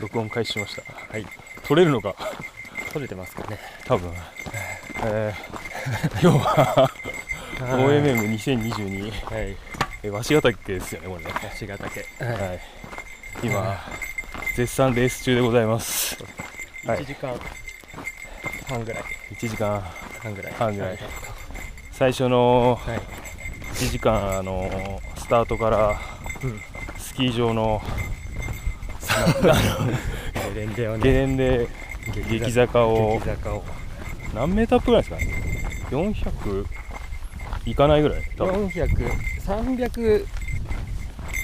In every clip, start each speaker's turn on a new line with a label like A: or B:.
A: 録音開始しましたはい撮れるのか
B: 取れてますかね
A: 多分えー、 今日は OMM2022
B: はい
A: え鷲ヶ岳ですよねこれね
B: 足ヶ岳
A: はい今絶賛レース中でございますはい
B: 1時間半ぐらい
A: 1時間
B: 半ぐらい
A: 半ぐらい
B: は
A: 最初の
B: はい
A: 1時間あのスタートから
B: うん
A: スキー場の
B: ゲレンデを
A: ゲ
B: ね
A: レンデ激坂を
B: 激坂を
A: 何メーターアップぐらいですかね400いかないぐらい多分
B: 400300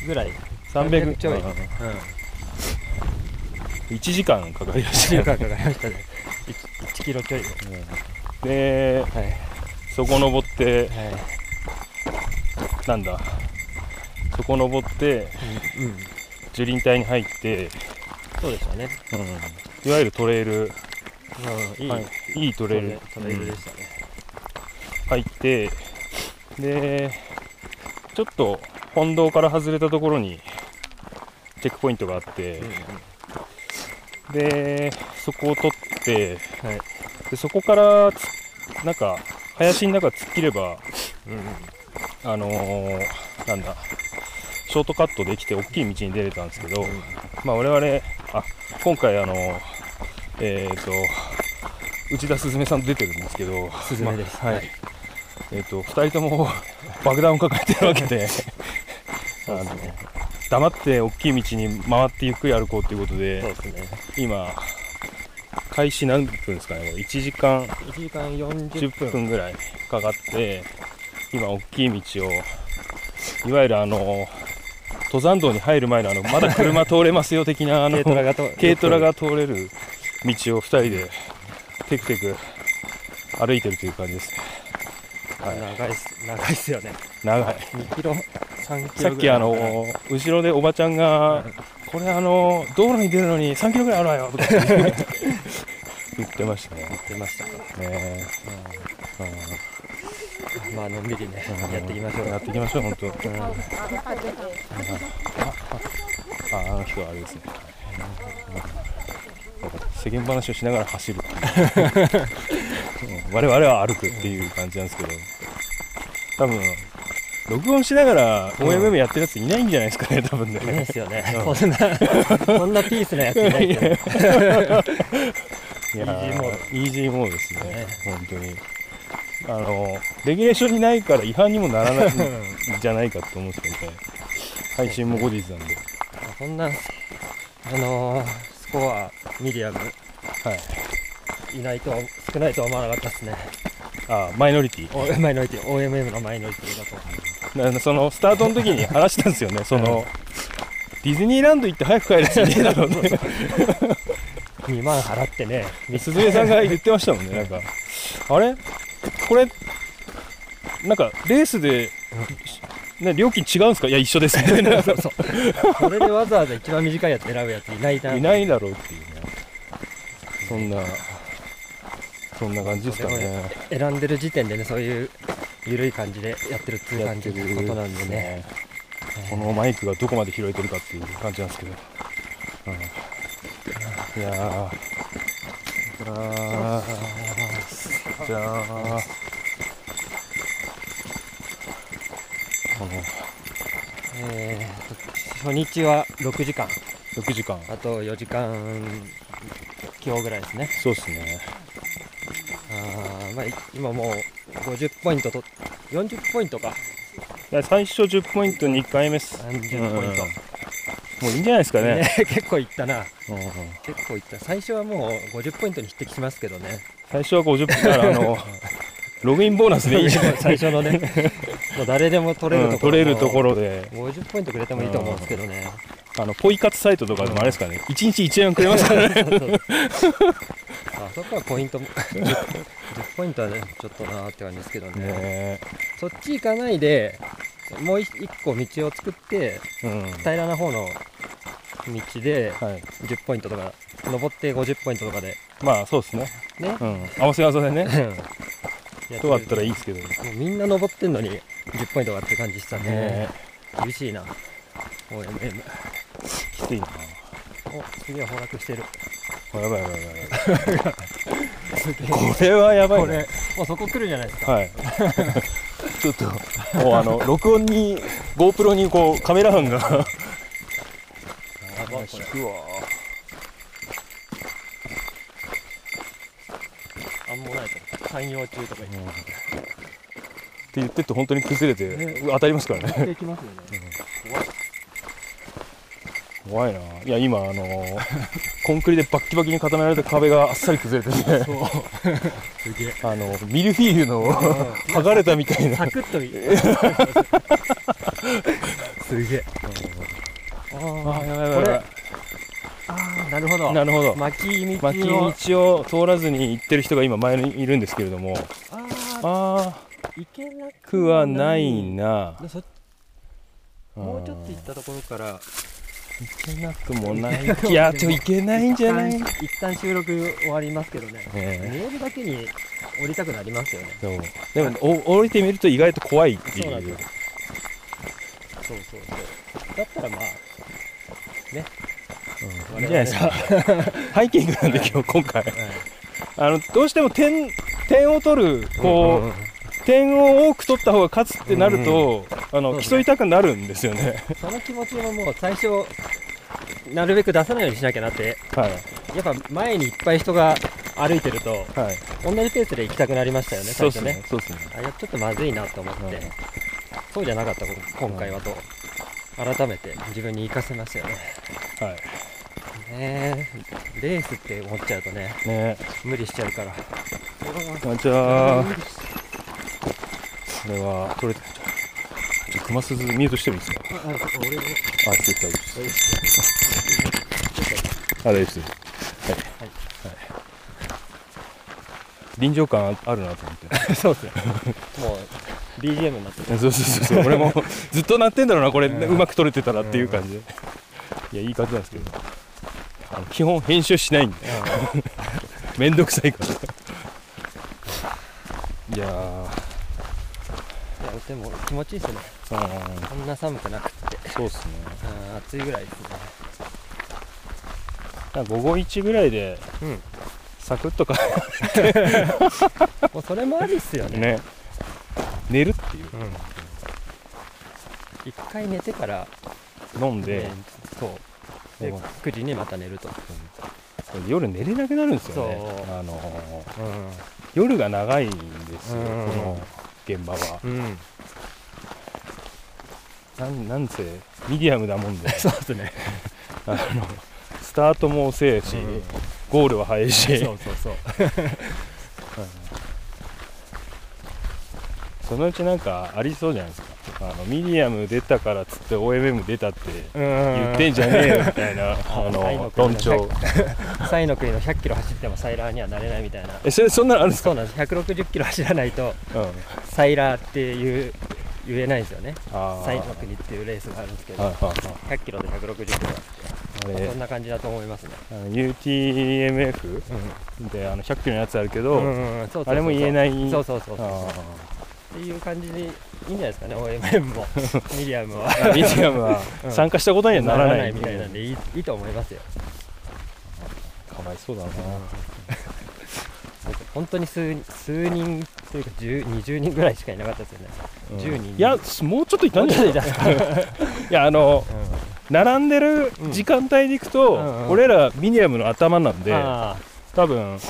B: ぐらい、うん、
A: 300
B: 300ちょい
A: うん1時間かかりまし
B: 1
A: た
B: 時
A: よ
B: 間かかりましたね 1, キロちょいですね
A: で
B: はい
A: そこ登って
B: はい
A: なんだそこ登って
B: うん、うん、
A: 樹林帯に入って、
B: そうでしたね
A: いわゆるトレイル
B: うんいい、
A: はいいいト
B: ト
A: レ
B: レ
A: イ
B: イ
A: ル
B: ルトレイル
A: う
B: で
A: ん
B: したね、
A: 入ってでちょっと本堂から外れたところにチェックポイントがあって、でそこを取って
B: はい
A: でそこからつなんか林の中突っ切れば
B: うんうん
A: あのーなんだショートカットできて大きい道に出れたんですけど、まあ我々あ今回あのえっ、と内田すずめさんと出てるんですけど
B: すずめです
A: まあは
B: はい
A: いえっ、と2人とも 爆弾を抱えてるわけ であ
B: う
A: の
B: ですね
A: 黙って大きい道に回ってゆっくり歩こうということ
B: そう
A: で
B: ですね
A: 今開始何分ですかねこれ1時間
B: 1時間40
A: 10
B: 分
A: 分ぐらいかかって今大きい道をいわゆるあの登山道に入る前のあのまだ車通れますよ的なあの
B: 軽トラがと
A: 軽トラが通れる道を2人でテクテク歩いてるという感じですねはい
B: 長いっす長いっすよね
A: 長い
B: 2キロ3キ
A: さ
B: ロ
A: っ
B: ぐ
A: き
B: ら
A: あ
B: い
A: の後ろでおばちゃんが「これあの道路に出るのに3キロぐらいあるわよ」とか言ってましたね
B: 出ましたか、
A: ね
B: うんまあのんびりね
A: うん
B: やっていきましょう
A: やっていきましょう本当
B: うんは
A: ああの人はあれですね。だから世間話をしながら走る。 うん我々は歩くっていう感じなんですけど、多分録音しながら
B: うん
A: OMM やってるやついないんじゃないですかね、多分
B: いいで
A: ね。
B: すよね
A: うん
B: こんな こんなピースなやついないですよね
A: いや
B: イージーモード
A: イージーモードですね
B: ね
A: 本当に。あのレギュレーションにないから違反にもならない
B: うん
A: んじゃないかと思うんですけどね。配信も後日なんで。
B: こんなあのースコアミディアム
A: はい。
B: いないと少ないとは思わなかったですね
A: あ、マイノリティ。
B: おマイノリティ OMM のマイノリティだと
A: なそのスタートの時に話したんですよね、そのディズニーランド行って早く帰るやついねえだろうって、
B: 2万払ってね
A: 鈴江 さんが言ってましたもんね、なんか、あれこれ、なんかレースで、ね、料金違うんですかいや、一緒ですみたいな、
B: それでわざわざ一番短いやつ選ぶやついないない
A: ないだろうっていうね、そんな、そんな感じですかね。
B: 選んでる時点でねそういう緩い感じでやってるっていう感じのことなんでね
A: このマイクがどこまで拾えてるかっていう感じなんですけど、うんいやーじゃあじゃあこの
B: えーと初日は6時間
A: 6時間
B: あと4時間今日ぐらいですね
A: そうですね
B: あー、まあ、い今もう50ポイントと40ポイントか
A: で最初10ポイント2回目っす
B: 30ポイント、
A: うんもういいんじゃないですかね
B: ね 結構いったな
A: うんうん
B: 結構いった最初はもう50ポイントに匹敵しますけどね
A: 最初は50分からあ のログインボーナスでいいじゃん
B: 最初のね もう誰でも取れる
A: う
B: と
A: ん
B: ころ、
A: 取れるところで
B: 50ポイントくれてもいいと思うんですけどね、
A: あのポイ活サイトとかでもあれですかね、一1日1円くれますからね
B: あそこはポイントも 10, 10ポイントはねちょっとなーって感じですけどね
A: ね
B: そっち行かないでもう一一個道を作って
A: えうん
B: 平らな方の道で
A: はい
B: 10ポイントとか登って50ポイントとかで
A: まあそうですね
B: ね
A: うん合わせ技でね
B: や
A: とあったらいい
B: も
A: ですけどね
B: うみんな登ってんのに10ポイントがって感じしたね
A: え
B: 厳しいな OMM
A: きついな
B: おすげえ崩落 してる
A: あやばいやばいやばいやばい
B: すげえ
A: これはやばい
B: こ
A: ね
B: れもうそこ来るじゃないですか
A: はいちょっともうあの録音に GoPro にこうカメラマンが
B: やばいこれ
A: 引くわ
B: アンモナイト寛容中とか言っ
A: って言ってって本当に崩れて
B: ね
A: 当たりますからね
B: てできますよね
A: 怖いないや今あのーコンクリでバッキバキに固められた壁があっさり崩れてて
B: そうすげえ
A: あのミルフィーユの剥がれたみたいな
B: サクッと いすげえあ
A: あやばい
B: これ
A: や
B: あなるほ
A: ば
B: ど
A: いなるほど
B: 巻き道
A: 巻
B: を
A: き道を通らずに行ってる人が今前にいるんですけれども
B: あ
A: あ
B: ーいけな
A: ーくはないな
B: でそもうちょっと行ったところから
A: 行けなくもないいやちょ行けないんじゃない
B: 一旦一旦収録終わりますけどね
A: ね
B: メールだけに降りたくなりますよね
A: そうでもお降りてみると意外と怖いって
B: そう
A: い
B: なんで
A: う
B: すよそうそうそうだったらまあ
A: うんいいんじゃないですかハイキングなんで今日今回 あのどうしても点点を取るこう、
B: うんうん
A: 点を多く取った方が勝つってなると、あの
B: そうですね
A: 競いたくなるんですよね
B: その気持ちももう最初なるべく出さないようにしなきゃなって
A: はい
B: やっぱ前にいっぱい人が歩いてると
A: はい
B: 同じペースで行きたくなりましたよね
A: そう
B: 最
A: っす
B: 初
A: ね
B: ね
A: そうっすね
B: あいやちょっとまずいなと思って、
A: うん
B: そうじゃなかったこと今回はと、改めて自分に活かせましたよね
A: は
B: ねえレースって思っちゃうとね
A: いね
B: 無理しちゃうから
A: こんにちはこれは取れてちょ熊鈴ミュートしてもいいですか
B: あ俺も
A: あ大丈夫ですあ大丈夫ですはい、は
B: はい
A: い、臨場感あるなと思って
B: そうですね。もう BGM にな ってる。
A: そうそうそうそう俺もずっと鳴ってんだろうなこれ、うまく撮れてたらっていう感じで、いやいい感じなんですけどあの基本編集しないんでめんどくさいからいやー
B: いやでも気持ちいいですね。
A: あ
B: こんな寒くなくって、
A: ーそうっすね
B: うん暑いぐらいですね。
A: なんか午後1ぐらいで
B: うん。
A: サクッとか
B: もうそれもありっすよね。
A: ね寝るっていう
B: うん。一回寝てから、
A: 飲んで
B: ね、そう。で
A: うん
B: 9時にまた寝ると。
A: 夜寝れなくなるんですよね
B: そう
A: あのー
B: うん。
A: 夜が長いんですよ、
B: うん
A: この現場は
B: うん。
A: なんなんせミディアムだもんで
B: そうですね。
A: あのスタートも遅えし、
B: うん
A: ゴールは早いし、
B: そうそうそう。
A: そのうちなんかありそうじゃないですかあのミディアム出たからっつって OMM 出たって言
B: 言
A: ってんじゃねえよみたいな
B: ー
A: あ
B: 最後
A: の
B: か
A: 論
B: ら
A: 調
B: サイの国の100キロ走ってもサイラーにはなれないみたいな。
A: えそれそんなのあるんですか、
B: そうなんです。160キロ走らないと
A: うん、
B: サイラーっていう言えないんですよね。
A: あー
B: サイの国っていうレースがあるんですけど。
A: はいはいはい
B: 100キロで160キロだっ
A: あ
B: て、
A: れ
B: そんな感じだと思いますね。
A: あの UTMF
B: う
A: であの100キロのやつあるけど、
B: ん、そうそうそうそう
A: あれも言えない
B: そうそうそうそう。
A: あ
B: っていう感じでいいんじゃないですかね、OMM も、ミディアムは。
A: ーミディアムは
B: うん
A: 参加したことにはならない,、
B: みたいなんでいいいいと思いますよ。
A: かわいそうだな、
B: 本当に数数人というか10、20人ぐらいしかいなかったですよね。
A: うん
B: 10人
A: いやもうちょっといたんじゃない
B: いた
A: いやあの並んでる時間帯でいくと、
B: うんうんうん
A: 俺らミディアムの頭なんで、
B: あ
A: 多分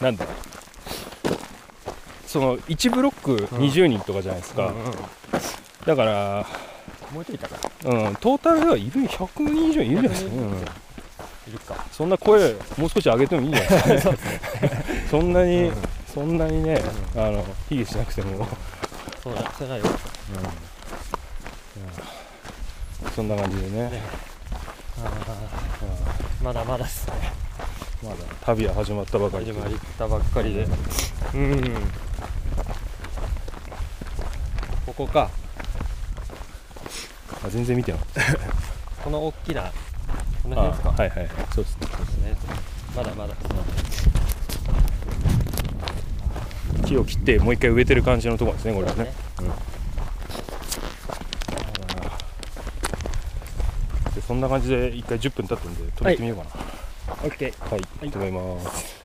A: なんだその1ブロック20人とかじゃないです
B: あ、
A: か、
B: うんうん
A: だから、
B: もうちょいいたか
A: うん、トータルではいる100人以上いるんじゃないですか、
B: 100人
A: うん
B: いるか。
A: そんな声もう少し上げてもいいんじゃないですか、ね、そんなに、
B: うん
A: そんなにね、あの卑下しなくても、
B: そうだ、それはよかっ
A: そんな感じでね
B: ねた。あーまだまだですね。
A: うんまだ旅は始まったばかり
B: 始
A: で
B: まったばっかりで。うん。ここか。
A: あ全然見てなかっ
B: この大きな、この
A: た
B: 辺ですか
A: あ。はいはいはいそうですね
B: そうですね。まだまだ。
A: 木を切ってもう一回植えてる感じのところですねこれはね。でそんな感じで一回10分経ってるんで止めてみようかな。
B: オッケー
A: はい、止めます。